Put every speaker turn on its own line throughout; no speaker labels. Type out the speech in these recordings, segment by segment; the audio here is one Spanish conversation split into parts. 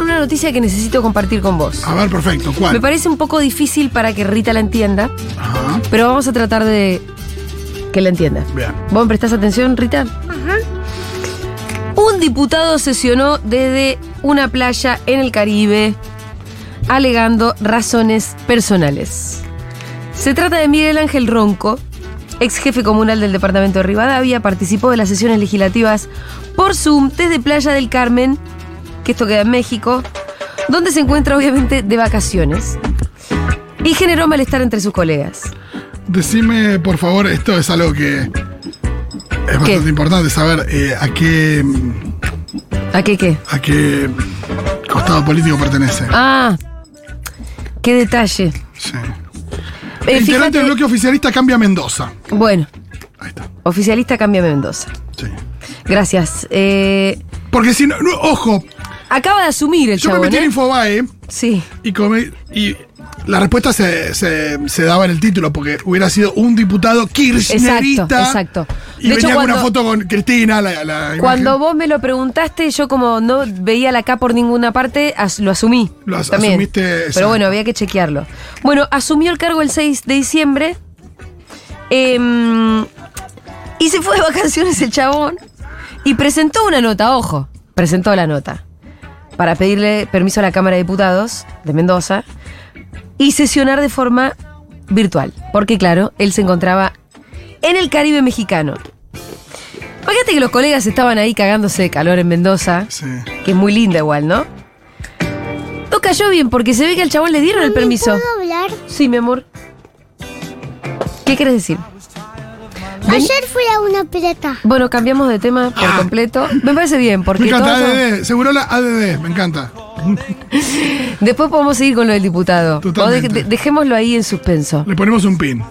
una noticia que necesito compartir con vos.
A ver, perfecto. ¿Cuál?
Me parece un poco difícil para que Rita la entienda,
Ajá.
pero vamos a tratar de que la entienda.
Bien.
¿Vos me prestás atención, Rita? Un diputado sesionó desde una playa en el Caribe alegando razones personales. Se trata de Miguel Ángel Ronco, ex jefe comunal del departamento de Rivadavia, participó de las sesiones legislativas por Zoom desde Playa del Carmen, que esto queda en México, donde se encuentra obviamente de vacaciones, y generó malestar entre sus colegas.
Decime, por favor, esto es algo que es bastante importante saber eh, a qué
¿A qué qué?
a qué costado político pertenece.
Ah, qué detalle.
Sí.
Eh,
Integrante
fíjate-
del bloque oficialista cambia a Mendoza.
Bueno,
Ahí está.
oficialista cambia Mendoza.
Sí.
Gracias. Eh,
Porque si no, no, ojo,
acaba de asumir el
yo me
chabón,
metí en
¿eh?
Infobae
Sí.
y, come- y la respuesta se, se- se daba en el título, porque hubiera sido un diputado kirchnerista.
exacto.
Y
De hecho,
venía con
cuando-
una foto con Cristina, la, la imagen.
Cuando vos me lo preguntaste, yo como no veía la K por ninguna parte, as- lo asumí.
Lo as-
también.
asumiste,
Pero
exacto.
bueno, había que chequearlo. Bueno, asumió el cargo el 6 de diciembre. em, y se fue de vacaciones el chabón. Y presentó una nota, ojo. Presentó la nota. Para pedirle permiso a la Cámara de Diputados de Mendoza. Y sesionar de forma virtual. Porque claro, él se encontraba en el Caribe mexicano. Fíjate que los colegas estaban ahí cagándose de calor en Mendoza,
Sí.
que es muy linda igual, ¿no? No cayó bien porque se ve que al chabón le dieron el permiso.
¿Puedo hablar?
Sí, mi amor. ¿Qué quieres decir? Ven-
Ayer Ah. fui a una pileta.
Bueno, cambiamos de tema por completo. Me parece bien porque
Me encanta eh.
todos-
ADD, seguro la ADD, me encanta.
después podemos seguir con lo del diputado. O de-
Totalmente.
de- dejémoslo ahí en suspenso.
Le ponemos un pin.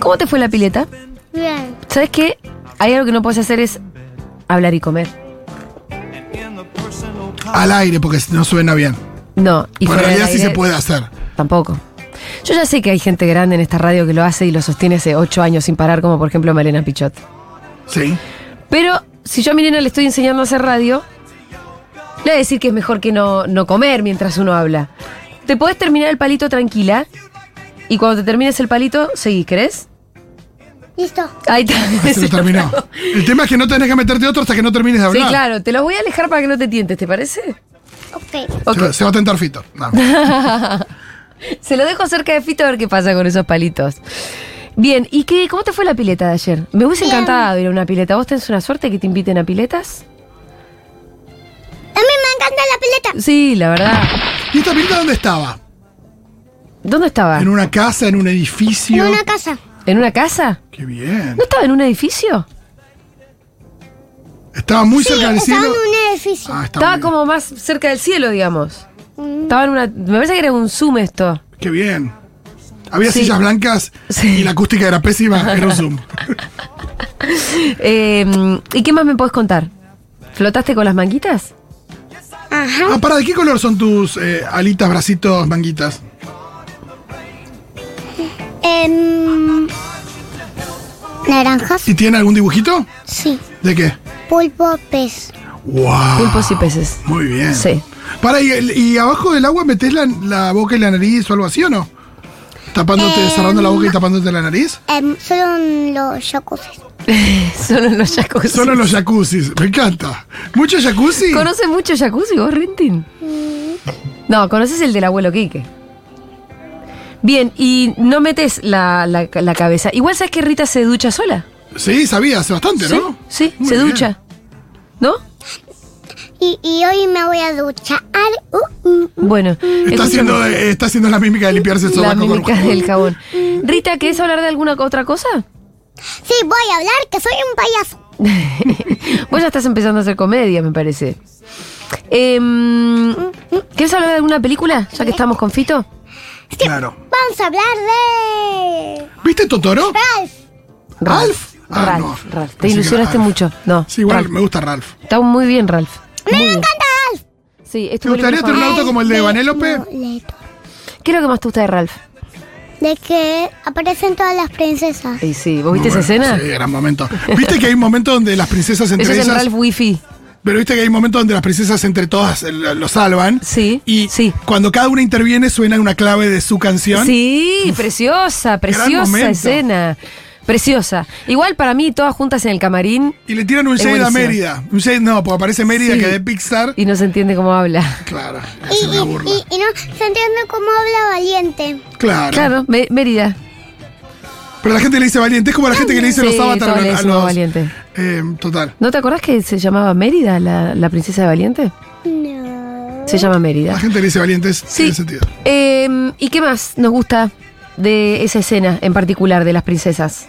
¿Cómo te fue la pileta?
Bien.
¿Sabes qué? Hay algo que no puedes hacer es hablar y comer.
Al aire, porque no suena bien.
No, y
Pero en
fuera del
realidad sí se
aire-
puede hacer.
Tampoco. Yo ya sé que hay gente grande en esta radio que lo hace y lo sostiene hace ocho años sin parar, como por ejemplo Malena Pichot.
Sí.
Pero si yo a mi nena le estoy enseñando a hacer radio, le voy a decir que es mejor que no, no comer mientras uno habla. Te podés terminar el palito tranquila y cuando te termines el palito, seguís, ¿querés?
Listo.
Ahí está.
Ahí Ah, se este lo terminó. El tema es que no tenés que meterte otro hasta que no termines de
Sí,
hablar.
claro, te los voy a alejar para que no te tientes, ¿te parece?
Ok.
Ok.
Se, va, se va a tentar Fito. No.
Se lo dejo cerca de Fito a ver qué pasa con esos palitos. Bien, ¿y qué, cómo te fue la pileta de ayer? Me hubiese
Bien.
encantado ir a una pileta. ¿Vos tenés una suerte que te inviten a piletas?
A mí me encanta la pileta.
Sí, la verdad.
¿Y esta pinta dónde estaba?
¿Dónde estaba?
¿En una casa? ¿En un edificio?
En una casa.
¿En una casa?
Qué bien.
¿No estaba en un edificio?
Estaba muy
Sí,
cerca del
estaba
cielo.
en un edificio.
Ah, está
estaba
muy-
como más cerca del cielo, digamos.
Mm,
Estaba en una... Me parece que era un Zoom esto.
Qué bien. Había
Sí.
sillas blancas
Sí.
y la acústica era pésima. Era un Zoom.
Eh, ¿Y qué más me podés contar? ¿Flotaste con las manguitas?
Ajá.
Ah, para, ¿de qué color son tus eh, alitas, bracitos, manguitas?
Em, naranjas.
¿Y tiene algún dibujito?
Sí.
¿De qué?
Pulpo, pez.
¡Wow!
Pulpos y peces.
Muy bien.
Sí.
Para, ¿y, y abajo del agua metés la, la boca y la nariz o algo así o no? Tapándote,
Eh,
Em,
cerrando la boca y tapándote la nariz.
Em, solo en los jacuzzis.
Solo en los jacuzzi.
Solo los jacuzzis, me encanta. ¿Mucho jacuzzi?
¿Conoces mucho jacuzzi vos, Rintin?
Mm.
No, conoces el del abuelo Quique. Bien, y no metes la, la- la cabeza. Igual sabes que Rita se ducha sola.
Sí, sabía, hace bastante,
¿Sí?
¿no?
Sí,
Muy
se
bien.
ducha. ¿No?
Y, y hoy me voy a duchar. Uh, mm,
Bueno.
Está
escúchame.
haciendo, eh, está haciendo la mímica de limpiarse el
la
sobaco con
mímica
jabón.
del jabón. Rita, ¿querés hablar de alguna otra cosa?
Sí, voy a hablar que soy un payaso.
Vos ya estás empezando a hacer comedia, me parece. Em, ¿Querés hablar de alguna película? Ya que estamos con Fito.
Claro.
Vamos a hablar de...
¿Viste Totoro?
Ralph.
¿Ralph? Ah,
Ralph,
no.
Ralph. Te
Pensé que
ilusionaste
era Alf.
mucho. No.
Sí, igual
Ralph.
me gusta Ralph.
Está muy bien, Ralph. Muy bien.
¡Canta Ralph!
Sí, es tu
¿Te gustaría
película
tener un
favorita.
auto como el de Vanélope?
Boleto.
¿Qué es lo que más te gusta de Ralph?
De que aparecen todas las princesas.
Sí, sí. ¿Vos viste
Muy
esa
bueno,
escena?
Sí, gran momento. ¿Viste que hay un momento donde las princesas
Eso
entre
es en
ellas
Ralph Wifi.
Pero viste que hay momentos donde las princesas entre todas eh, lo salvan.
Sí,
Y
sí.
cuando cada una interviene suena una clave de su canción.
Sí, preciosa, preciosa
momento.
escena. Preciosa. Igual para mí, todas juntas en el camarín
Y le tiran un
Es
shade a
buenísimo.
Mérida. Un shade no, porque aparece Mérida
Sí.
que de Pixar.
y no se entiende cómo habla.
Claro, es
Y, y,
una burla.
y- y no se entiende cómo habla Valiente.
claro.
Claro, Me- Mérida.
Pero la gente le dice valiente. Es como la gente que le dice
Sí,
los
todos le
avatares a
decimos
los.
Valiente.
Eh, total.
¿No te acordás que se llamaba Mérida, la, la princesa de Valiente?
No.
Se llama Mérida.
La gente le dice valientes
Sí.
en ese sentido.
Eh, ¿Y qué más nos gusta de esa escena en particular de las princesas?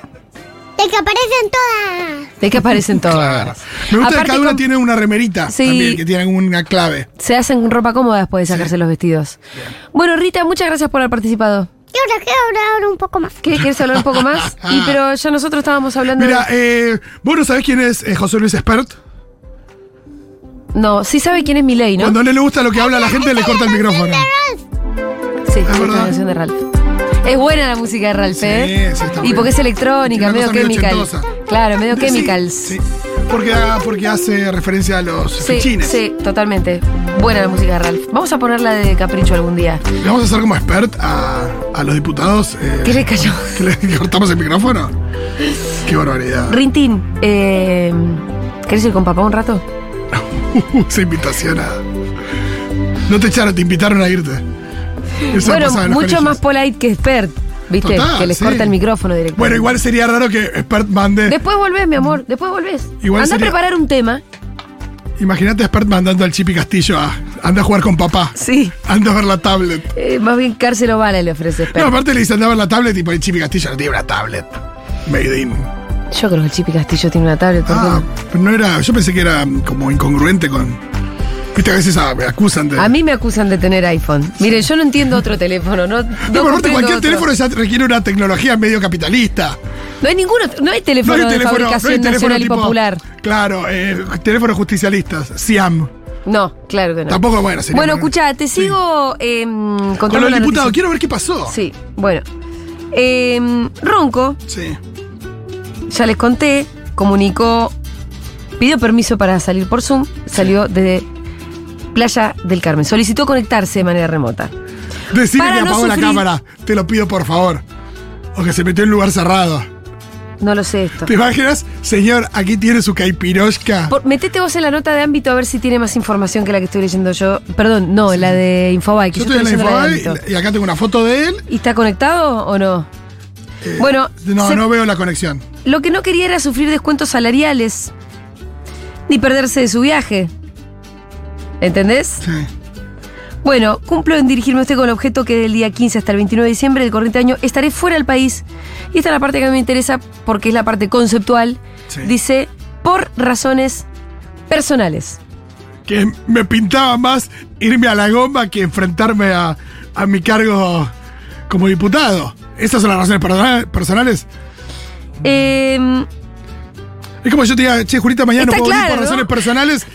De que aparecen todas.
De que aparecen todas.
Me
Aparte
gusta que cada una
con-
tiene una remerita
Sí.
también, que tiene una clave.
Se hacen con ropa cómoda después de sacarse los vestidos. Bueno, Rita, muchas gracias por haber participado.
Y ahora quiero hablar un poco más.
¿Qué, ¿Quieres hablar un poco más? Y, pero ya nosotros estábamos hablando.
Mira, eh, vos no sabés quién es eh, José Luis Espert.
de- No, sí sabe quién es Milei, ¿no?
Cuando no le gusta lo que habla a la gente, le corta el micrófono.
Sí, es
verdad.
la canción de Ralph. Es buena la música de Ralph,
Sí,
¿eh?
sí, está
y
buena.
porque es electrónica,
Tiene
medio
una cosa medio
chemical.
ochentosa.
Claro, medio chemicals.
Sí, sí. Porque, ah, porque hace referencia a los
Sí,
fichines.
sí, totalmente. Buena la música de Ralph. Vamos a ponerla de capricho algún día.
Le vamos a hacer como expert a, a los diputados. eh,
¿Qué le cayó?
que le cortamos el micrófono. Qué barbaridad.
Rintín, eh, ¿querés ir con papá un rato?
Esa invitación a. No te echaron, te invitaron a irte. Eso
bueno,
pasaba en los
mucho
colegios.
más polite que expert, ¿viste?
Total,
que les
sí.
corta el micrófono directamente.
Bueno, igual sería raro que Expert mande.
Después volvés, mi amor, después volvés.
Igual
Andá
sería-
a preparar un tema.
Imagínate a Expert mandando al Chipi Castillo a. Anda a jugar con papá.
Sí.
Anda a ver la tablet.
Eh, más bien cárcel o bala le ofrece
No,
expert.
aparte le dice anda a ver la tablet y por el Chipi Castillo no tiene una tablet. Made in.
Yo creo que el Chipi Castillo tiene una tablet. ¿por qué
Ah,
no?
pero no era. Yo pensé que era mm, como incongruente con. Viste, a veces ah, me acusan de.
A mí me acusan de tener iPhone. Miren, yo no entiendo otro teléfono. No, no,
No, pero aparte
comprendo
cualquier
otro.
teléfono ya requiere una tecnología medio capitalista.
No hay ninguno, no hay
No
teléfono
hay
de
teléfono, no hay
fabricación
teléfono
nacional
tipo-
y popular.
Claro, eh, teléfonos justicialistas, Siam.
No, claro que no.
Tampoco, bueno, sería
Bueno,
bueno.
escuchá, te
Sí.
sigo eh, contando
Con lo
la
del diputado,
noticia.
quiero ver qué pasó.
Sí, bueno. Eh, Ronco,
Sí.
ya les conté, comunicó, pidió permiso para salir por Zoom, salió desde Playa del Carmen. Solicitó conectarse de manera remota.
Decime
Para
que
no
apagó la
sufrir.
cámara, te lo pido por favor. O que se metió en un lugar cerrado.
No lo sé esto.
¿Te imaginas? Señor, aquí tiene su caipirosca.
Por- metete vos en la nota de ámbito a ver si tiene más información que la que estoy leyendo yo. Perdón, no, la de Infobae. Que
Yo
yo,
estoy en
leyendo
la
de
Infobae
ámbito.
y y acá tengo una foto de él.
¿Y está conectado o no? bueno,
Eh, No,
se-
no veo la conexión.
lo que no quería era sufrir descuentos salariales ni perderse de su viaje. ¿Entendés?
Sí.
Bueno, cumplo en dirigirme a usted con el objeto que del día 15 hasta el 29 de diciembre del corriente año estaré fuera del país. Y esta es la parte que a mí me interesa porque es la parte conceptual.
Sí.
Dice, por razones personales.
Que me pintaba más irme a la goma que enfrentarme a, a mi cargo como diputado. Esas son las razones perdona- personales. Mm.
Eh,
Es como yo te diga, che, Julita, mañana
Está
no puedo venir
claro,
por
¿no?
razones personales.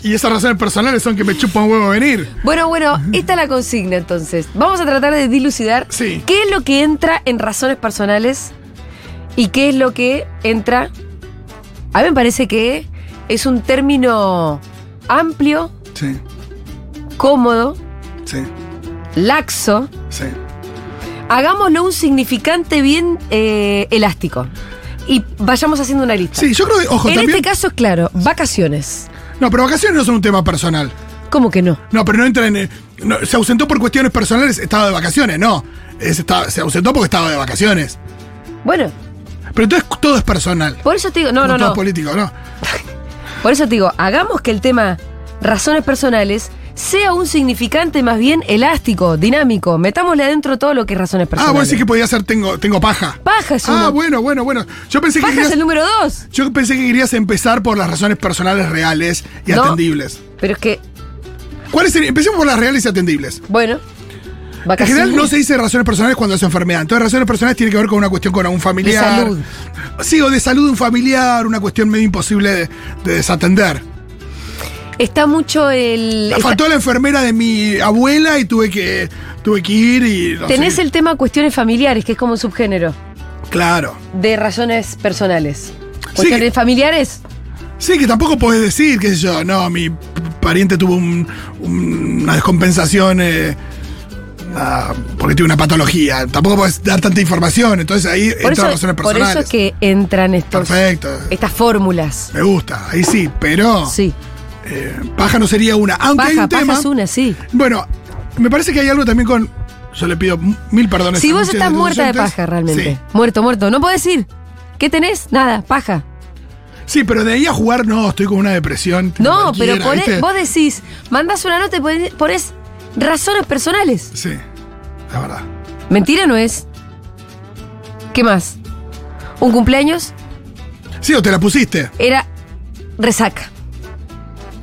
Y esas razones personales son que me chupa un huevo venir.
bueno, bueno, esta es la consigna entonces. Vamos a tratar de dilucidar
Sí.
qué es lo que entra en razones personales y qué es lo que entra... A mí me parece que es un término amplio,
Sí,
cómodo,
sí,
laxo.
sí.
Hagámoslo un significante bien eh, elástico. Y vayamos haciendo una lista.
Sí, yo creo que, ojo,
en
también.
este caso es claro, vacaciones.
No, pero vacaciones no son un tema personal.
¿Cómo que no?
No, pero no entra en. eh, no, se ausentó por cuestiones personales, estaba de vacaciones, no. Es esta- se ausentó porque estaba de vacaciones.
Bueno,
Pero entonces todo es personal.
por eso te digo, no,
como
no,
todo
no.
es político, ¿no?
Por eso te digo, hagamos que el tema razones personales sea un significante más bien elástico, dinámico. Metámosle adentro todo lo que es razones
Ah,
personales.
vos decís que podía ser tengo, tengo paja.
Paja es
Ah,
uno.
bueno, bueno, bueno. Yo pensé que
Paja es
querías-
el número dos.
yo pensé que querías empezar por las razones personales reales y
No.
atendibles.
Pero es que,
¿Cuáles serían? Empecemos por las reales y atendibles.
bueno,
En
vacaciones.
general no se dice razones personales cuando es enfermedad. Entonces razones personales tiene que ver con una cuestión con un familiar.
De salud.
Sí, o de salud de un familiar, una cuestión medio imposible de, de desatender.
Está mucho el. está-
Faltó la enfermera de mi abuela y tuve que, tuve que ir y... no
tenés
sé.
el tema cuestiones familiares, que es como un subgénero.
Claro.
de razones personales.
Sí,
Cuestiones
que-
familiares.
Sí, que tampoco podés decir, qué sé yo, no, mi pariente tuvo un- un- una descompensación eh, ah, porque tiene una patología. Tampoco podés dar tanta información, entonces ahí
Por
entran
eso,
razones
por
personales.
eso es que entran estos,
Perfecto,
estas fórmulas.
me gusta, ahí sí, pero
Sí.
eh, paja no sería una. Aunque hay
Paja,
un tema.
paja es una, sí.
Bueno, me parece que hay algo también con. Yo le pido m- mil perdones.
Si
a
vos
muchos
estás
tus
muerta de
oyentes.
paja realmente.
Sí.
Muerto, muerto. No podés ir. ¿Qué tenés? Nada, paja.
Sí, pero de ahí a jugar no, estoy con una depresión. tipo,
No,
cualquiera,
pero poné-
¿viste?
vos decís, mandás una nota y pones, pones razones personales.
Sí, la verdad.
Mentira no es. ¿Qué más? ¿Un cumpleaños?
Sí, o te la pusiste.
Era resaca.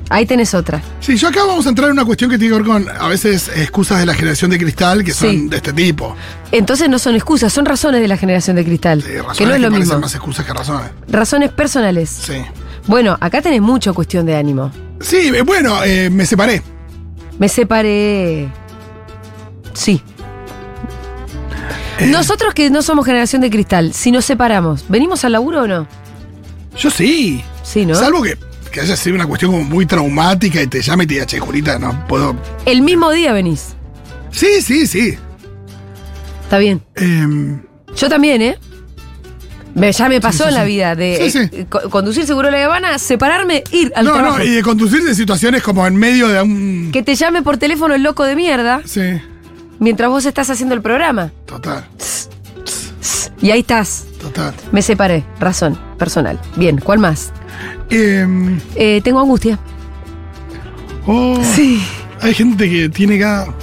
Ahí tenés otra.
Sí, yo acá vamos a entrar en una cuestión que tiene que ver con a veces excusas de la generación de cristal que son
Sí.
de este tipo.
Entonces no son excusas, son razones de la generación de cristal.
Sí, razones
que no es lo
parecen
mismo.
más excusas que razones.
Razones personales.
Sí.
Bueno, acá tenés mucho cuestión de ánimo.
Sí, eh, bueno, eh, me separé.
Me separé. Sí.
Eh.
Nosotros que no somos generación de cristal, si nos separamos, ¿venimos al laburo o no?
Yo sí.
Sí, ¿no?
Salvo que, que haya sido una cuestión como muy traumática y te llame y te diga, che, Julita, no puedo.
El mismo día venís.
Sí, sí, sí.
Está bien.
Em,
Yo también, ¿eh? Me- ya me pasó
sí,
en la
sí.
vida de
Sí, sí.
eh, co- conducir seguro la Habana, separarme, ir al
no,
trabajo.
no, y de conducir de situaciones como en medio de un.
Que te llame por teléfono el loco de mierda
Sí,
mientras vos estás haciendo el programa.
total,
Y ahí estás.
total.
Me separé. Razón personal. Bien, ¿cuál más?
Em,
Eh, tengo angustia.
oh,
Sí.
Hay gente que tiene cada.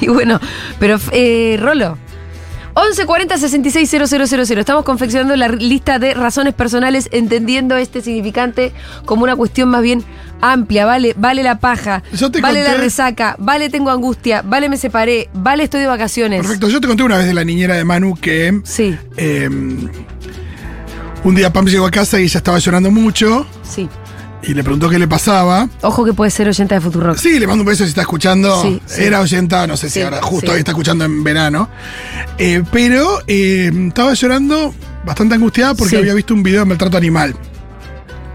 Y bueno, pero eh, Rolo. 1140-660000. Estamos confeccionando la lista de razones personales, entendiendo este significante como una cuestión más bien amplia. Vale, vale la paja,
Yo te
vale la
conté-
resaca, vale tengo angustia, vale me separé, vale estoy de vacaciones.
Perfecto, yo te conté una vez de la niñera de Manu que
Sí,
em, un día Pam llegó a casa y ella estaba llorando mucho
sí.
y le preguntó qué le pasaba.
Ojo que puede ser oyenta de Futurock.
Sí, le mando un beso si está escuchando.
Sí, sí.
Era oyenta, no sé
Sí,
si ahora justo
sí.
hoy está escuchando en verano. Eh, pero eh, estaba llorando bastante angustiada porque
Sí.
había visto un video de maltrato animal.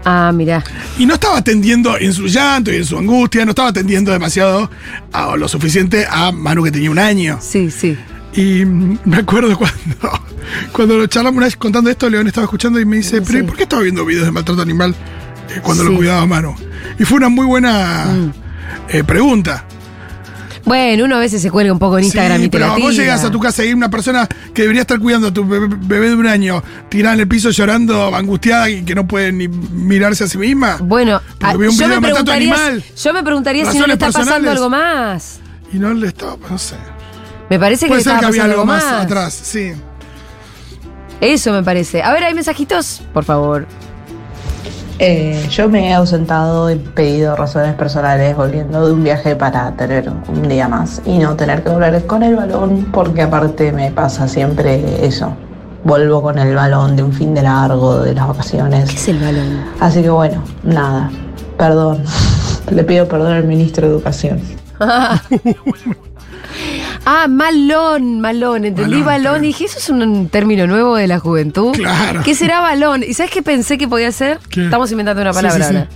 Ah, mirá.
Y no estaba atendiendo en su llanto y en su angustia, no estaba atendiendo demasiado a- o lo suficiente a Manu que tenía un año.
Sí, sí.
Y mm, me acuerdo cuando, cuando lo charlamos una vez contando esto, León estaba escuchando y me dice, pero ¿y
Sí.
¿por qué estaba viendo videos de maltrato animal eh, cuando
Sí. Mm.
lo cuidaba Manu? Y fue una muy buena eh, pregunta.
Bueno, uno a veces se cuelga un poco en Instagram
Sí,
y te
pero
la
vos
tira.
llegas a tu casa y hay una persona que debería estar cuidando a tu bebé, bebé de un año, tirada en el piso llorando, angustiada y que no puede ni mirarse a sí misma.
Bueno,
Porque
ah,
vi un
yo,
video
me
de maltrato
preguntaría,
animal.
yo me preguntaría si no le
Razones
está pasando
personales.
algo más.
Y no le estaba, no sé.
Me parece que le
Puede ser
estaba
que había
pasando
algo más, atrás, sí.
Eso me parece. A ver, ¿hay mensajitos? Por favor.
Eh, yo me he ausentado y pedido razones personales volviendo de un viaje para tener un día más y no tener que volver con el balón porque aparte me pasa siempre eso. Vuelvo con el balón de un fin de largo, de las
¿Qué es
vacaciones.
el balón?
Así que bueno, nada, perdón. Le pido perdón al ministro de Educación.
Ah, malón, malón. Entendí
Malón,
balón
claro.
y dije, ¿eso es un término nuevo de la juventud?
Claro.
¿Qué será balón? ¿Y sabes qué pensé que podía ser?
¿Qué?
Estamos inventando una
Sí,
palabra
sí, sí.
ahora.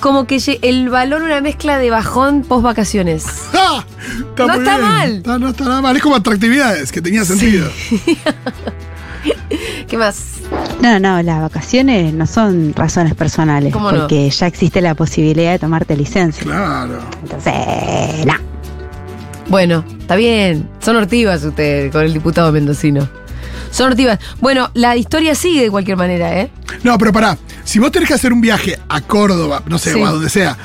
Como que lle- el balón una mezcla de bajón post vacaciones.
¡Ah! Está
No
muy
está
bien.
mal.
Está- no está nada mal. Es como atractividades, que tenía sentido.
¿Qué más?
No, no, las vacaciones no son razones personales,
¿Cómo no?
porque ya existe la posibilidad de tomarte licencia.
Claro.
Entonces, no.
Bueno, está bien. Son hortivas ustedes con el diputado mendocino. Son hortivas. Bueno, la historia sigue de cualquier manera, ¿eh?
No, pero pará. Si vos tenés que hacer un viaje a Córdoba, no sé,
Sí.
o a donde sea,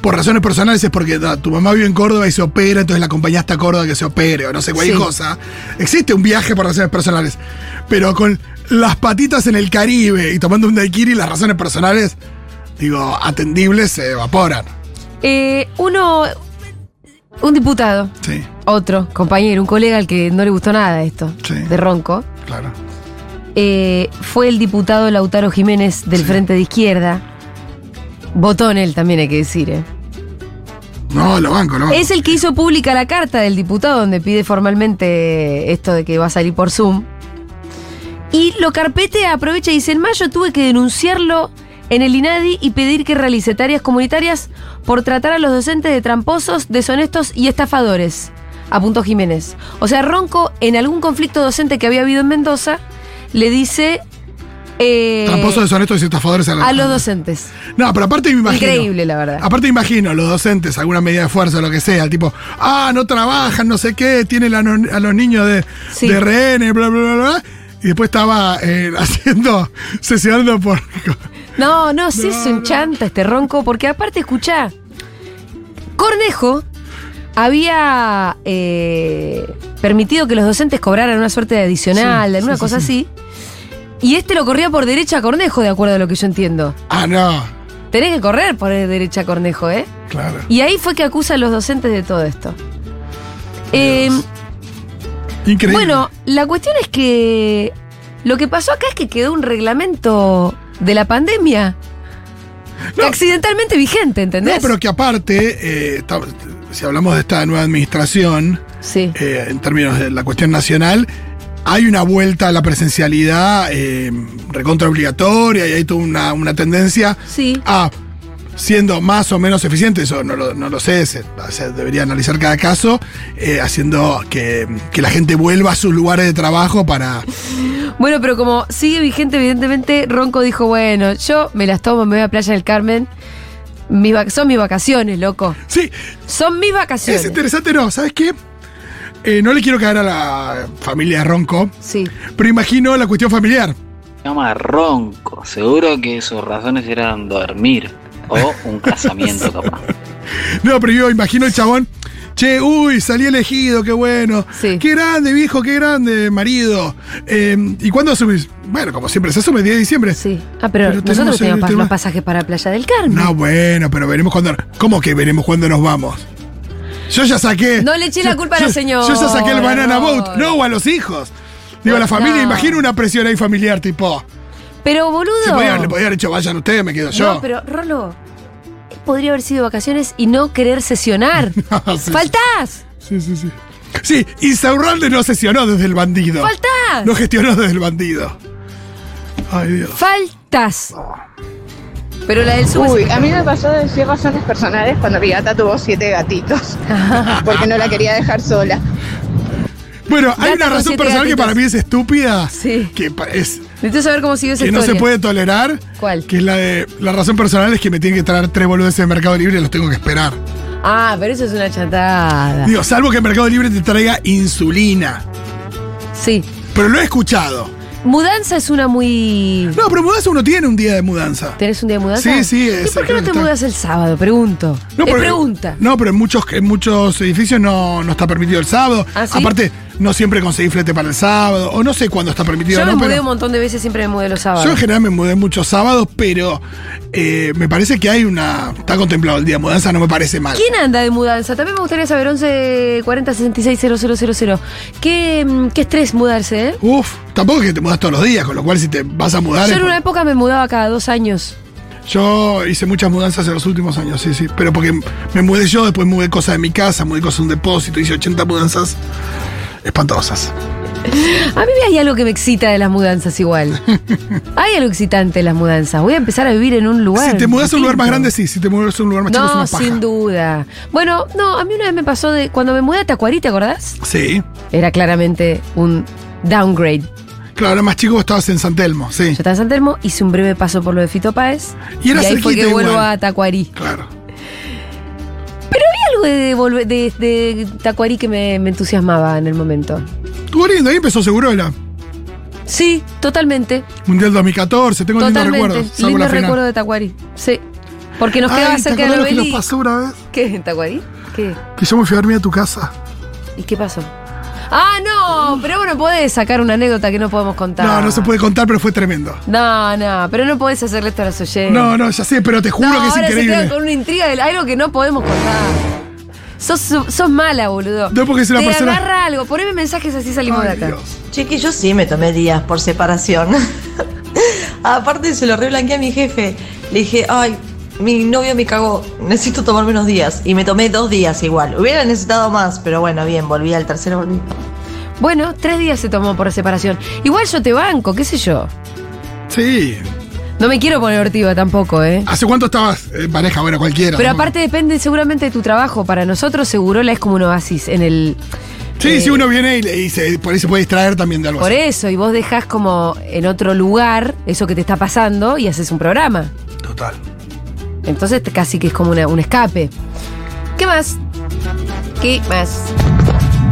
por razones personales es porque da, tu mamá vive en Córdoba y se opera, entonces la acompañaste a Córdoba que se opere, o no sé, cualquier
Sí.
cosa. Existe un viaje por razones personales. Pero con las patitas en el Caribe y tomando un daiquiri, las razones personales, digo, atendibles se evaporan.
Eh, uno, un diputado,
Sí,
otro compañero, un colega al que no le gustó nada esto,
Sí.
de Ronco,
claro.
eh, fue el diputado Lautaro Jiménez del
Sí.
Frente de Izquierda. Votó en él también, hay que decir. ¿eh?
No, lo banco, lo banco.
Es el que hizo pública la carta del diputado donde pide formalmente esto de que va a salir por Zoom. Y lo carpete aprovecha y dice, en mayo tuve que denunciarlo en el INADI y pedir que realice tareas comunitarias por tratar a los docentes de tramposos, deshonestos y estafadores, apuntó Jiménez. O sea, Ronco, en algún conflicto docente que había habido en Mendoza, le dice... eh,
Tramposos, deshonestos y estafadores la-
a los docentes.
No, pero aparte me imagino.
Increíble, la verdad.
Aparte imagino, los docentes, alguna medida de fuerza, lo que sea, tipo, ah, no trabajan, no sé qué, tienen a, no- a los niños de,
Sí.
de rehenes, bla, bla, bla, bla. Y después estaba eh, haciendo, sesionando por...
No, no, sí es
No,
un
no.
chanta este ronco, porque aparte, escuchá, Cornejo había eh, permitido que los docentes cobraran una suerte de adicional,
Sí,
alguna
sí, sí,
cosa
sí.
así, y este lo corría por derecha a Cornejo, de acuerdo a lo que yo entiendo.
Ah, no,
Tenés que correr por derecha a Cornejo, ¿eh?
claro.
Y ahí fue que acusa a los docentes de todo esto. Eh,
Increíble.
bueno, la cuestión es que lo que pasó acá es que quedó un reglamento de la pandemia. Accidentalmente vigente, ¿entendés?
no, pero que aparte, eh, está- si hablamos de esta nueva administración,
Sí.
eh, en términos de la cuestión nacional, hay una vuelta a la presencialidad eh, recontra obligatoria y hay toda una, una tendencia
Sí.
a, siendo más o menos eficientes, eso no lo, no lo sé, se, se debería analizar cada caso, eh, haciendo que, que la gente vuelva a sus lugares de trabajo para...
Bueno, pero como sigue vigente, evidentemente, Ronco dijo, bueno, yo me las tomo, me voy a Playa del Carmen. Mis vac- son mis vacaciones, loco.
Sí,
Son mis
es
vacaciones.
interesante, ¿no? ¿Sabes qué? Eh, no le quiero caer a la familia Ronco,
sí.
pero imagino la cuestión familiar.
Se llama Ronco. Seguro que sus razones eran dormir o un casamiento, capaz.
No, pero yo imagino el chabón. Che, uy, salí elegido, qué bueno.
Sí.
Qué grande, viejo, qué grande, marido. Eh, ¿Y cuándo asumís? Bueno, como siempre, se asume el 10 de diciembre.
Sí. Ah, pero,
Pero tenemos
nosotros
el
tenemos pa-
tema-
más pasajes para Playa del Carmen.
No, bueno, pero veremos cuándo. ¿Cómo que veremos cuándo nos vamos? Yo ya saqué.
No le eché la
yo-
culpa a
yo-
la señora,
Yo ya saqué el banana
no.
boat. No, a los hijos. Digo, a la familia,
No.
imagino una presión ahí familiar, tipo.
Pero, boludo.
Se podía, le podía haber hecho, vayan ustedes, me quedo yo.
No, pero Rolo, podría haber sido vacaciones y no querer sesionar.
No, sí,
¡Faltás!
Sí, sí, sí. Sí, Insaurralde no sesionó desde el bandido.
¡Faltás!
No gestionó desde el bandido. Ay, Dios.
¡Faltás! Pero la del sub
Uy, a mí me pasó de decir razones personales cuando mi gata tuvo siete gatitos, porque no la quería dejar sola.
Bueno, hay
Gata
una
con
razón
siete
personal que
gatitos.
para mí es estúpida.
Sí.
Que, pa- es,
Necesito saber cómo siguió esa
que no
historia.
se puede tolerar.
¿Cuál?
Que es la de. La razón personal es que me tienen que traer tres boludeces de Mercado Libre y los tengo que esperar.
Ah, pero eso es una chatada.
Digo, salvo que Mercado Libre te traiga insulina.
Sí.
Pero lo he escuchado.
Mudanza es una muy.
No, pero mudanza uno tiene un día de mudanza.
¿Tenés un día de mudanza?
Sí, sí,
¿Y
es-
por qué no
creo
te
que está-
mudas el sábado? Pregunto.
No,
Es
pero-
pregunta.
No, pero en muchos, en muchos edificios no, no está permitido el sábado.
¿Ah, sí?
Aparte, no siempre conseguí flete para el sábado. O no sé cuándo está permitido.
Yo me
no,
mudé
pero-
un montón de veces, siempre me mudé los sábados.
Yo en general me mudé muchos sábados, pero eh, me parece que hay una. Está contemplado el día de mudanza, no me parece mal.
¿Quién anda de mudanza? También me gustaría saber, 11 40 66 000. ¿Qué, mm, qué estrés mudarse, eh?
Uf, tampoco es que te mudas todos los días, con lo cual si te vas a mudar.
Yo
es
en
por-
una época me mudaba cada dos años.
Yo hice muchas mudanzas en los últimos años, sí, sí. Pero porque me mudé yo, después mudé cosas de mi casa, mudé cosas de un depósito, hice 80 mudanzas espantosas.
A mí hay algo que me excita de las mudanzas igual. hay algo excitante de las mudanzas. Voy a empezar a vivir en un lugar.
si te mudas a un lugar más
distinto.
grande, sí. Si te mudas a un lugar más chico, es
No,
una paja.
sin duda. Bueno, no, a mí una vez me pasó de cuando me mudé a Tacuarí, ¿te acordás?
Sí.
Era claramente un downgrade.
Claro, era más chico, estabas en San Telmo, sí.
Yo estaba en San Telmo, hice un breve paso por lo de Fito Páez
Y era
ahí fue
cerquita
que vuelvo
igual.
a Tacuarí.
Claro.
Había algo de, volver- de, de Tacuarí que me, me entusiasmaba en el momento.
Estuvo lindo, ahí empezó Segurola.
Sí, totalmente.
Mundial 2014, tengo lindos
totalmente.
recuerdos. salvo
Lindo
la final.
recuerdo de Tacuarí. Sí. Porque nos quedaba
Ay, ¿te
cerca del
acordás lo que nos
obelisco.
pasó una vez?
¿Qué? ¿En Tacuarí? ¿Qué?
Que yo me fui a dormir a tu casa.
¿Y qué pasó? Ah, no, pero bueno, podés sacar una anécdota que no podemos contar.
No, no se puede contar, pero fue tremendo.
No, no, pero no podés hacerle esto a los oyentes.
No, no, ya sé, pero te juro
No,
que es
ahora se
increíble.
quedan con una intriga de algo que no podemos contar. Sos, sos mala, boludo.
No, porque es una
Te
persona-
agarra algo, poneme mensajes así salimos
Ay,
de acá.
Dios.
Chiqui, yo sí me tomé días por separación. Aparte se lo reblanqué a mi jefe. Le dije, ay, mi novio me cagó, necesito tomarme unos días. Y me tomé dos días igual. Hubiera necesitado más, pero bueno, bien, volví al tercero. Volví.
Bueno, tres días se tomó por separación. Igual yo te banco, qué sé yo.
Sí.
No me quiero poner ortiva tampoco, ¿eh?
¿Hace cuánto estabas en pareja? Bueno, cualquiera.
Pero
Ah, ¿no?
aparte depende seguramente de tu trabajo. Para nosotros, Segurola es como un oasis en el.
Sí,
eh,
si uno viene y, le- y se- por ahí se puede distraer también de algo
Por
así.
eso, y vos dejás como en otro lugar eso que te está pasando y haces un programa.
Total.
Entonces te- casi que es como una- un escape. ¿Qué más? ¿Qué más?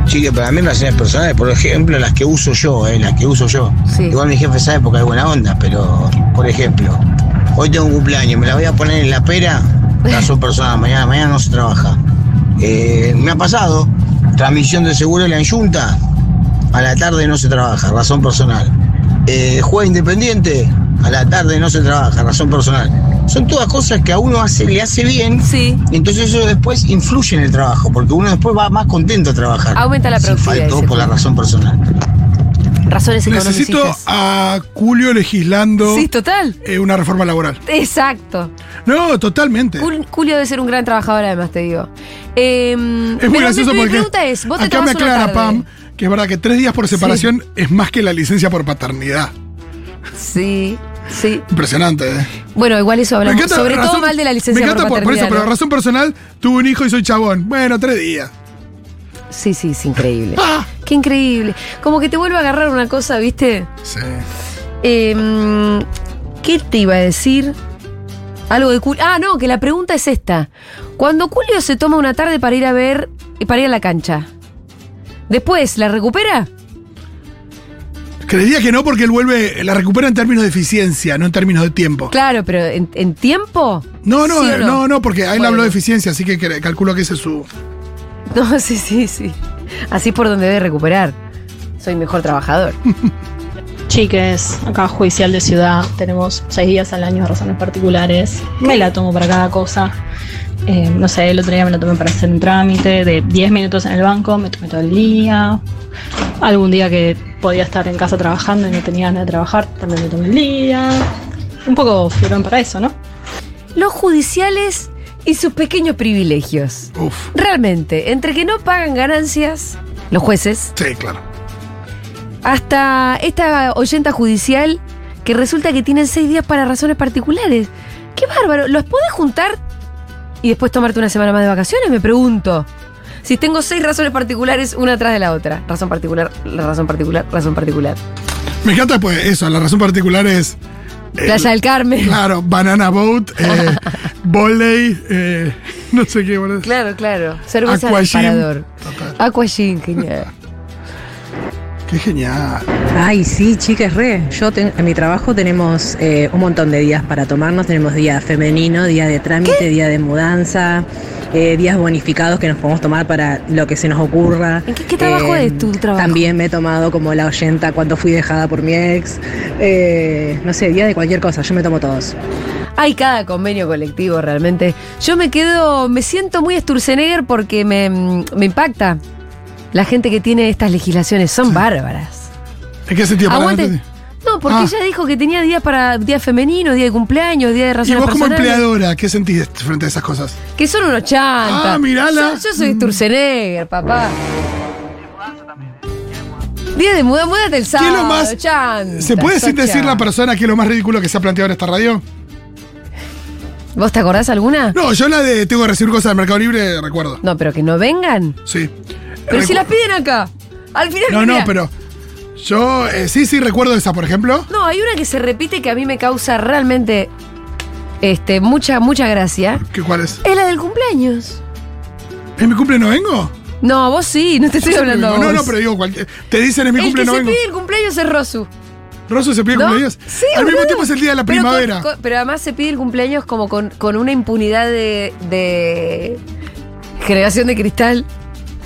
Chique, para mí relaciones personales, por ejemplo, las que uso yo, eh, las que uso yo.
Sí.
Igual mi jefe sabe porque hay buena onda, pero, por ejemplo, hoy tengo un cumpleaños, me la voy a poner en la pera, razón personal, mañana, mañana no se trabaja. Eh, me ha pasado, transmisión de seguro en la Junta, a la tarde no se trabaja, razón personal. Eh, juega independiente, a la tarde no se trabaja, razón personal. Son todas cosas que a uno hace, le hace bien.
Sí.
Entonces eso después influye en el trabajo, porque uno después va más contento a trabajar.
Aumenta la
Si
productividad,
faltó
dice
por la
Julio.
razón personal.
Razones
Necesito
económicas.
a Julio legislando
Sí, total.
eh, una reforma laboral.
Exacto.
No, totalmente.
Cul- Julio debe ser un gran trabajador, además, te digo. Eh,
Es muy
pero
gracioso
mi- mi
porque
pregunta es: ¿vos te
acá me
trabajás una
aclara
tarde?
Pam que es verdad que tres días por separación es más que la licencia por paternidad.
Sí, sí.
Impresionante, ¿eh?
Bueno, igual eso
Me
hablamos.
encanta
Sobre todo
razón-
mal de la licencia
Me encanta
por
por, por eso,
paternidad,
pero
¿no?
razón personal, tuve un hijo y soy chabón. Bueno, tres días.
Sí, sí, es increíble.
Ah.
Qué increíble. Como que te vuelve a agarrar una cosa, ¿viste?
Sí.
Eh, ¿Qué te iba a decir? Algo de Julio. Ah, no, que la pregunta es esta. Cuando Julio se toma una tarde para ir a ver, eh, para ir a la cancha, ¿después la recupera?
Creería que no porque él vuelve, la recupera en términos de eficiencia, no en términos de tiempo.
Claro, pero ¿en, en tiempo?
No, no,
¿Sí o
eh, no? no, porque a él
Bueno.
habló de eficiencia, así que cre- calculo que ese es su...
No, sí, sí, sí. Así es por donde debe recuperar. Soy mejor trabajador.
Chiques, acá judicial de ciudad, tenemos seis días al año de razones particulares. Me la tomo para cada cosa. Eh, no sé, el otro día me la tomé para hacer un trámite de 10 minutos en el banco, me tomé todo el día. Algún día que Eh, podía estar en casa trabajando y no tenía ganas de trabajar, también me tomé el día. Un poco fiorón para eso, ¿no?
Los judiciales y sus pequeños privilegios.
Uf,
Realmente, entre que no pagan ganancias los jueces,
sí, claro.
hasta esta oyenta judicial que resulta que tienen seis días para razones particulares. ¡Qué bárbaro! ¿Los podés juntar y después tomarte una semana más de vacaciones? Me pregunto. Si tengo seis razones particulares, una atrás de la otra. Razón particular, la razón particular, razón particular.
Me encanta pues eso, la razón particular es... eh,
Playa del Carmen.
Claro, banana boat, eh, volley, eh, no sé qué. bueno.
Claro, claro. Cerveza
Aqua
de
Gin.
parador.
Total.
Aquagin, genial.
Qué genial.
Ay, sí, chicas, re. Yo ten- en mi trabajo tenemos eh, un montón de días para tomarnos. Tenemos día femenino, día de trámite, día de mudanza, eh, días bonificados que nos podemos tomar para lo que se nos ocurra.
¿En qué- qué trabajo es tu trabajo?
También me he tomado como la oyenta cuando fui dejada por mi ex. Eh, no sé, día de cualquier cosa. Yo me tomo todos.
Hay cada convenio colectivo realmente. Yo me quedo, me siento muy Sturzenegger porque me, mm, me impacta. La gente que tiene estas legislaciones son bárbaras.
¿En qué sentido? Para
Aguante.
adelante.
No, porque
Ah.
ella dijo que tenía días para día femenino, día de cumpleaños, día de
Y
razones
vos como
personales,
empleadora, ¿qué sentís frente a esas cosas?
Que son unos chantas.
Ah, mirala.
Yo, yo soy Sturzenegger, papá. Día de muda, múdate el sábado.
¿Qué es lo más-
chanta,
¿Se puede
sos
sin decir la
chanta.
persona que es lo más ridículo que se ha planteado en esta radio?
¿Vos te acordás alguna?
No, yo la de tengo que recibir cosas del Mercado Libre, recuerdo.
No, pero que no vengan.
Sí.
Pero
Recu-
si las piden acá. Al final.
No,
del
no,
día-
pero yo eh, sí, sí recuerdo esa, por ejemplo.
No, hay una que se repite que a mí me causa realmente este, mucha, mucha gracia.
¿Qué, ¿Cuál es?
Es la del cumpleaños.
¿Es mi cumple no vengo?
No, vos sí, no te estoy hablando a
no,
vos.
no, pero digo, cualquier- te dicen es mi
el
cumple
que
no
se
vengo.
pide el cumpleaños es Rosu.
Rosso se pide
¿no?
cumpleaños.
Sí,
Al mismo
boludo.
tiempo es el día de la
Pero con-
primavera.
con- pero además se pide el cumpleaños como con, con una impunidad de, de generación de cristal.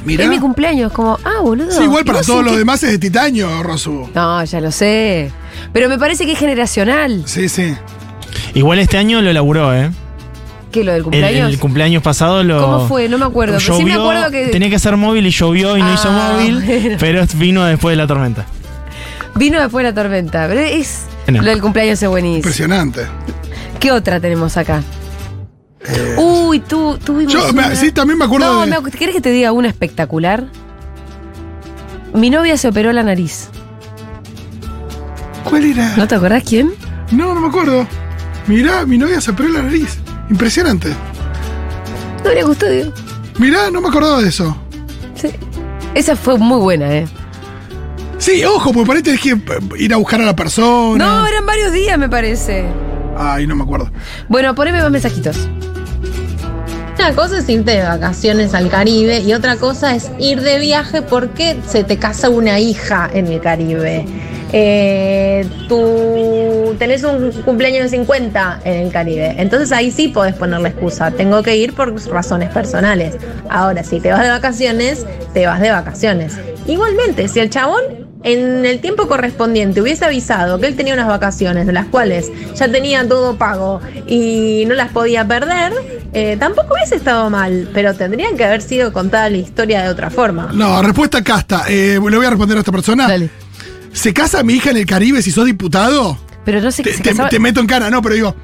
Mirá.
Es mi cumpleaños, como, ah, boludo.
Sí, igual para
¿Y vos
todos
en
los
qué-
demás es de titanio, Rosso.
No, ya lo sé. Pero me parece que es generacional.
Sí, sí.
Igual este año lo laburó, ¿eh?
Que lo del
El,
cumpleaños.
el cumpleaños pasado lo.
¿Cómo fue? No me acuerdo. Pero sí me
llovió,
acuerdo que.
Tenía que ser móvil y llovió y no
Ah,
hizo móvil,
bueno.
pero vino después de la tormenta.
Vino después la tormenta, pero es.
No.
Lo del cumpleaños es buenísimo.
Impresionante.
¿Qué otra tenemos acá? Uy, tú tuvimos.
Eh, Yo, me-
una-
sí, también me acuerdo
No,
de.
me acu- ¿querés que te diga una espectacular? Mi novia se operó la nariz.
¿Cuál era?
¿No te acordás quién?
No, no me acuerdo. Mirá, mi novia se operó la nariz. Impresionante.
No le gustó, digo.
Mirá, no me acordaba de eso.
Sí. Esa fue muy buena, ¿eh?
Sí, ojo, porque por ahí tenés que eh, ir a buscar a la persona.
No, eran varios días, me parece.
Ay, no me acuerdo.
Bueno, poneme más mensajitos.
Una cosa es irte de vacaciones al Caribe y otra cosa es ir de viaje porque se te casa una hija en el Caribe. Eh, tú tenés un cumpleaños de 50 en el Caribe. Entonces ahí sí podés poner la excusa. Tengo que ir por razones personales. Ahora, si te vas de vacaciones, te vas de vacaciones. Igualmente, si el chabón en el tiempo correspondiente hubiese avisado que él tenía unas vacaciones de las cuales ya tenía todo pago y no las podía perder, eh, tampoco hubiese estado mal, pero tendrían que haber sido contada la historia de otra forma.
No, respuesta casta. Eh, le voy a responder a esta persona. ¿Se casa mi hija en el Caribe si sos diputado?
Pero no sé
te,
se
te-
casaba-
te meto en cara, no, pero digo.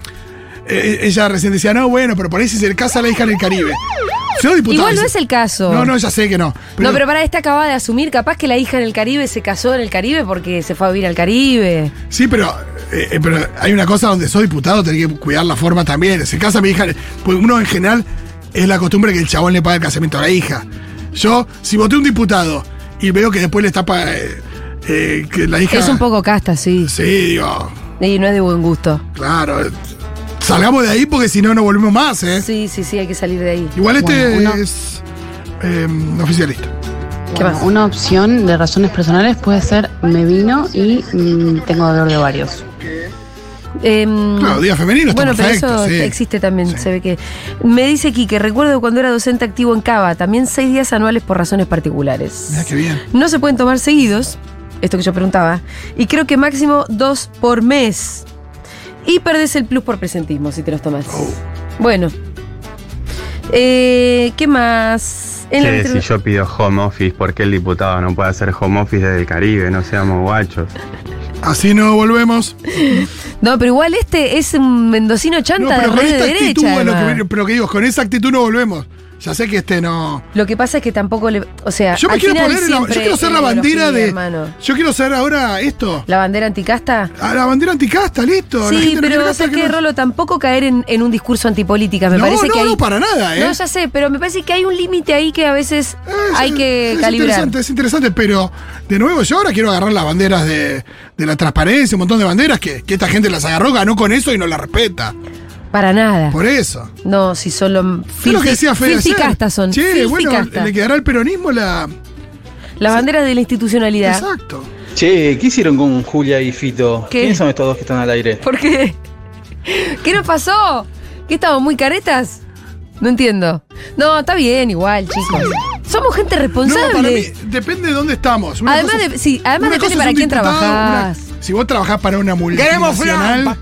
eh, ella recién decía, no, bueno, pero por ahí si se casa la hija en el Caribe. Sos diputado.
Igual no es el caso.
No, no, ya sé que no.
no, pero para esta acababa de asumir, capaz que la hija en el Caribe se casó en el Caribe porque se fue a vivir al Caribe.
Sí, pero, eh, eh, pero hay una cosa donde sos diputado, tenés que cuidar la forma también. Se casa mi hija, pues uno en general es la costumbre que el chabón le paga el casamiento a la hija. Yo, si voté un diputado y veo que después le está pa- eh, eh, que la hija.
Es un poco casta, sí.
Sí, digo,
Y no es de buen gusto.
claro. eh, Salgamos de ahí porque si no, no volvemos más, ¿eh?
Sí, sí, sí, hay que salir de ahí.
Igual este
Bueno, uno-
es eh, oficialista.
Bueno, una opción de razones personales puede ser me vino y mm, tengo dolor de ovarios.
Em,
Claro, día femenino está
Bueno, pero
perfecto,
eso
sí.
existe también, se ve que. Me dice aquí que recuerdo cuando era docente activo en Cava, también seis días anuales por razones particulares.
Mirá qué bien.
No se pueden tomar seguidos, esto que yo preguntaba, y creo que máximo dos por mes. Y perdés el plus por presentismo si te los tomas.
Oh.
Bueno. Eh, ¿Qué más? En la
Che,
vitru-
si yo pido home office, ¿por qué el diputado no puede hacer home office desde el Caribe? No seamos guachos.
Así no volvemos.
No, pero igual este es un mendocino
No,
chanta
pero
de
con
red de
esta actitud,
derecha.
es lo
además.
que, pero que digo, con esa actitud no volvemos. Ya sé que este no.
Lo que pasa es que tampoco le. O sea,
Yo me
al
quiero
final
poner la- yo
siempre
quiero ser
es
la bandera
ideología,
de-
hermano.
Yo quiero saber ahora esto.
¿La bandera anticasta?
A la bandera anticasta, listo. La
Sí,
gente
pero
no quiere
vos
gastar
sabés que,
no-
Rolo, tampoco caer en, en un discurso antipolítica. Me
No,
parece
no,
que hay-
no, para nada, ¿eh?
No, ya sé, pero me parece que hay un límite ahí que a veces hay que
es
calibrar.
Interesante, es interesante, pero de nuevo yo ahora quiero agarrar las banderas de, de la transparencia, un montón de banderas que, que esta gente las agarró, ganó con eso y no las respeta.
Para nada.
Por eso.
No, si solo.
Es lo que decía Fede ayer.
Fisicastas son.
Che, bueno,
fisicastas.
le quedará al peronismo la...
La bandera de la institucionalidad.
Exacto.
Che, ¿qué hicieron con Julia y Fito?
¿Qué?
¿Quiénes son estos dos que están al aire?
¿Por qué? ¿Qué nos pasó? ¿Qué estamos muy caretas? No entiendo. No, está bien, igual, chicos. Somos gente
No,
responsable.
para mí depende de dónde estamos. Una
Además
cosa
de-
es-
sí, además
una
depende
cosa es
para
un
quién
diputado,
trabajás.
una- si vos trabajás para una
Queremos
multinacional,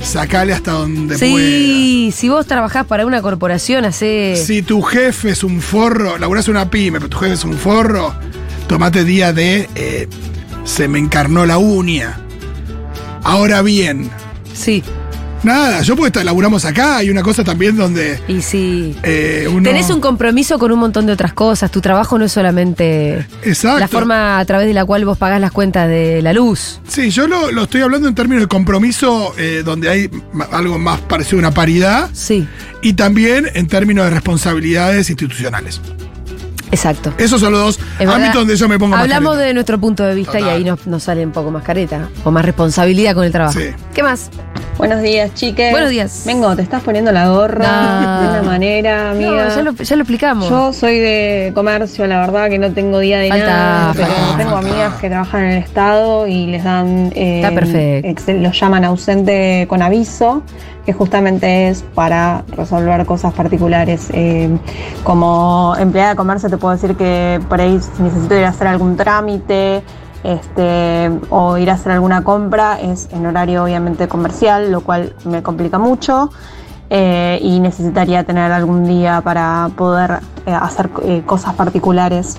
sacale hasta donde
sí, si vos trabajás para una corporación, hace.
puedas. Si tu jefe es un forro, laburás en una pyme, pero tu jefe es un forro, tomate día de eh, se me encarnó la uña. Ahora bien.
Sí.
Nada, yo porque laburamos acá, hay una cosa también donde. eh,
Y sí.
uno-
Tenés un compromiso con un montón de otras cosas. Tu trabajo no es solamente
Exacto.
la forma a través de la cual vos pagás las cuentas de la luz.
Sí, yo lo, lo estoy hablando en términos de compromiso, eh, donde hay ma- algo más parecido a una paridad.
Sí.
Y también en términos de responsabilidades institucionales.
Exacto.
Esos son los dos
Es
ámbitos
verdad.
donde yo me pongo más
Hablamos
careta.
de nuestro punto de vista y ahí nos, nos sale un poco más careta o más responsabilidad con el trabajo.
Sí.
¿Qué más?
Buenos días, chiques.
Buenos días.
Vengo, te estás poniendo la gorra
No.
de una manera,
No,
amiga.
ya lo- ya lo explicamos.
Yo soy de comercio, la verdad que no tengo día de
Falta,
nada, pero
falta,
tengo amigas que trabajan en el Estado y les dan... eh,
Está perfecto.
ex- Los llaman ausente con aviso, que justamente es para resolver cosas particulares. Eh, como empleada de comercio te puedo decir que por ahí si necesito ir a hacer algún trámite, este, o ir a hacer alguna compra, es en horario obviamente comercial, lo cual me complica mucho. eh, y necesitaría tener algún día para poder eh, hacer eh, cosas particulares.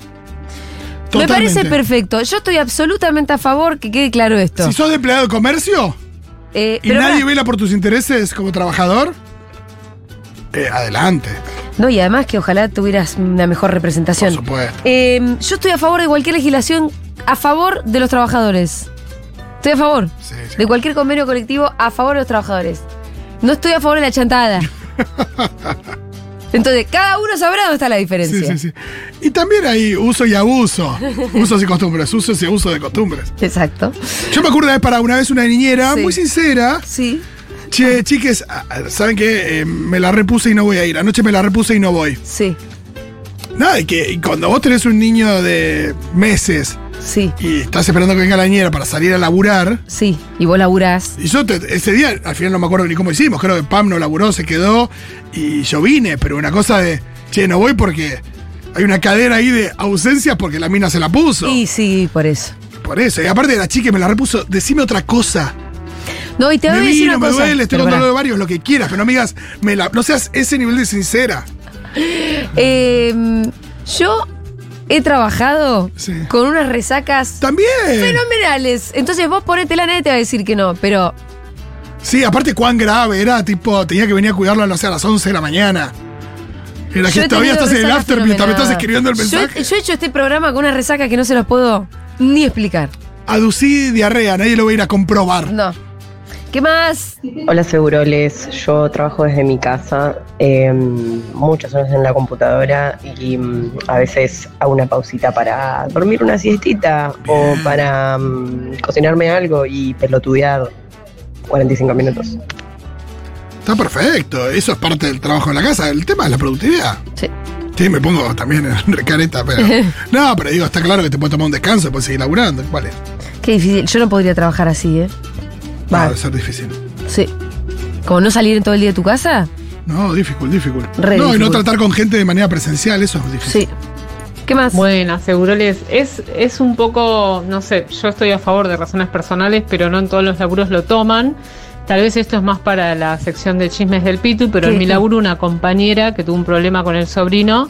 Me parece perfecto. Yo estoy absolutamente a favor que quede claro esto.
Si sos de empleado de comercio
Eh,
y
pero
nadie
pará.
vela por tus intereses como trabajador, eh, adelante.
No, y además que ojalá tuvieras una mejor representación.
Por supuesto.
Eh, yo estoy a favor de cualquier legislación a favor de los trabajadores. Estoy a favor. De cualquier convenio colectivo a favor de los trabajadores. No estoy a favor de la chantada. Entonces, cada uno sabrá dónde está la diferencia.
Sí, sí, sí. Y también hay uso y abuso. Usos y costumbres, usos y abuso de costumbres.
Exacto.
Yo me acuerdo una vez para una vez una niñera,
Sí.
muy sincera.
Sí.
Che, chiques, ah, ah, ¿saben qué? Eh, me la repuse y no voy a ir. Anoche me la repuse y no voy.
Sí.
Nada, y que y cuando vos tenés un niño de meses.
Sí.
Y estás esperando que venga la niñera para salir a laburar.
Sí, y vos laburás.
Y yo te- ese día, al final no me acuerdo ni cómo hicimos, creo que Pam no laburó, se quedó y yo vine, pero una cosa de, che, no voy porque hay una cadera ahí de ausencias porque la mina se la puso.
Y sí, por eso.
Por eso, y aparte de la chica que me la repuso, decime otra cosa.
No, y te voy
me
a decir
vino,
una
me
cosa.
duele, estoy
Pero
con
pará.
dolor de varios, lo que quieras, pero no me digas, me la, no seas ese nivel de sincera.
Eh, yo he trabajado con unas resacas
también
fenomenales. Entonces vos ponetela, nadie te va a decir que no, pero
Sí, aparte cuán grave era, tipo, tenía que venir a cuidarlo, no sé, a las 11 de la mañana. Era
Yo
que
he
todavía
tenido
estás en el
resaca
after mientras me estás
fenomenal.
escribiendo el
Yo he-
mensaje.
Yo, he hecho este programa con una resaca que no se los puedo ni explicar.
Aducí diarrea, nadie lo va a ir a comprobar.
No. ¿Qué más?
Hola Seguroles, yo trabajo desde mi casa, eh, muchas horas en la computadora y mm, a veces hago una pausita para dormir una siestita o para mm, cocinarme algo y pelotudear 45 minutos.
Está perfecto, eso es parte del trabajo en la casa. El tema es la productividad.
Sí.
Sí, me pongo también en recareta, pero. no, pero digo, está claro que te puedes tomar un descanso, puedes seguir laburando. ¿Cuál es?
Qué difícil. Yo no podría trabajar así, ¿eh?
Va a ser difícil.
Sí. ¿Como no salir todo el día de tu casa?
No, difícil, difícil.
Re
no, y no
difícil.
tratar con gente de manera presencial, eso es difícil.
Sí. ¿Qué más?
Bueno, seguroles. Es, es un poco, no sé, yo estoy a favor de razones personales, pero no en todos los laburos lo toman. Tal vez esto es más para la sección de chismes del Pitu, pero
Sí.
en mi laburo una compañera que tuvo un problema con el sobrino,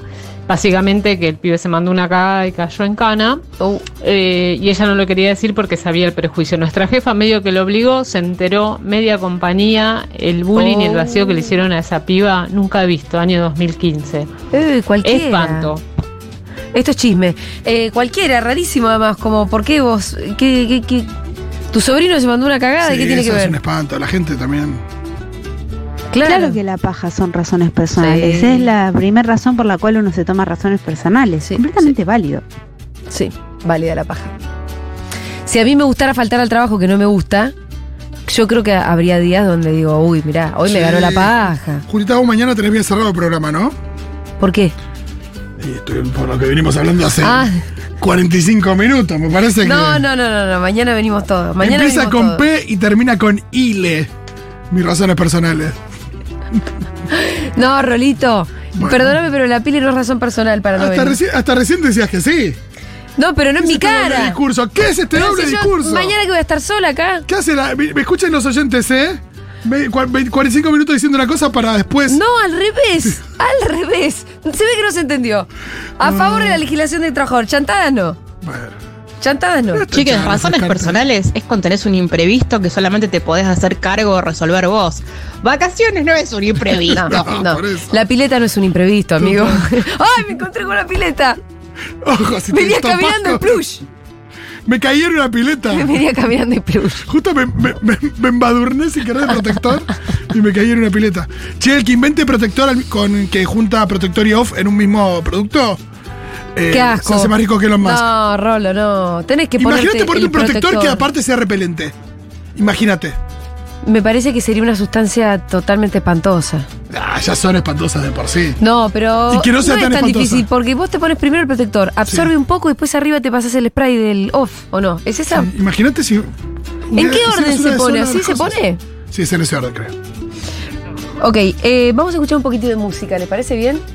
básicamente que el pibe se mandó una cagada y cayó en cana,
Oh.
Eh, y ella no lo quería decir porque sabía el prejuicio. Nuestra jefa medio que lo obligó, se enteró, media compañía, el bullying y el
Oh.
vacío que le hicieron a esa piba, nunca visto, año 2015.
Eh, cualquiera.
Espanto.
Esto es chisme. Eh, cualquiera, rarísimo además, como, ¿por qué vos? ¿Qué, qué, qué? tu sobrino se mandó una cagada?
Sí,
¿Y qué tiene que
eso es un
ver?
espanto. La gente también.
Claro.
que la paja son razones personales.
Sí.
Es la primera razón por la cual uno se toma razones personales. Completamente válido.
Sí, válida la paja. Si a mí me gustara faltar al trabajo que no me gusta, yo creo que habría días donde digo, uy, mirá, hoy me
Sí.
ganó la paja.
Julita, vos mañana tenés bien cerrado el programa, ¿no?
¿Por qué?
Y estoy- por lo que venimos hablando hace
Ah.
45 minutos, me parece
No,
que.
no, no, no, no, mañana venimos todos. Mañana
Empieza
venimos
con
todos.
P y termina con ILE. Mis razones personales.
No, Rolito, perdóname, pero la pili no es razón personal para no
Hasta,
venir.
reci- hasta recién decías que sí.
No, pero no en mi
este doble
cara.
discurso? ¿Qué es este
Pero
doble
si yo
discurso?
mañana que voy a estar sola acá.
¿Qué hace la.? Me, me escuchan los oyentes, ¿eh? Ve- cua- ve- 45 minutos diciendo una cosa para después.
No, al revés, al revés. Se ve que no se entendió. A
Ah.
favor de la legislación del trabajador, chantadas no. Chantadas no.
Chicas, razones personales es cuando tenés un imprevisto que solamente te podés hacer cargo o resolver vos. Vacaciones no es un imprevisto.
No, no. La pileta no es un imprevisto, amigo. ¡Ay, me encontré con la pileta!
Ojo, si te
Venía
topás
caminando en
con-
plush.
Me caí en una pileta.
Me venía caminando en plush.
Justo me, me, me- me embadurné sin querer de protector y me caí en una pileta. Che, el que invente protector al- con que junta protector y off en un mismo producto. eh,
Qué asco.
Se hace más rico que los más.
No, Rolo, no. Tenés que ponerte
Imagínate ponerte
el
un protector, que aparte sea repelente. Imagínate.
Me parece que sería una sustancia totalmente espantosa.
Ah, ya son espantosas de por sí.
No, pero
Y que no sea tan
es tan
espantosa.
difícil porque vos te pones primero el protector, absorbe un poco y después arriba te pasas el spray del off, ¿o no? ¿Es esa?
Imagínate si.
¿En qué
hubiera- si
orden
es una
se
de
pone?
sola de
¿Así se
cosas.
pone?
Sí, es en ese orden, creo.
Ok, eh, vamos a escuchar un poquito de música, ¿les parece bien?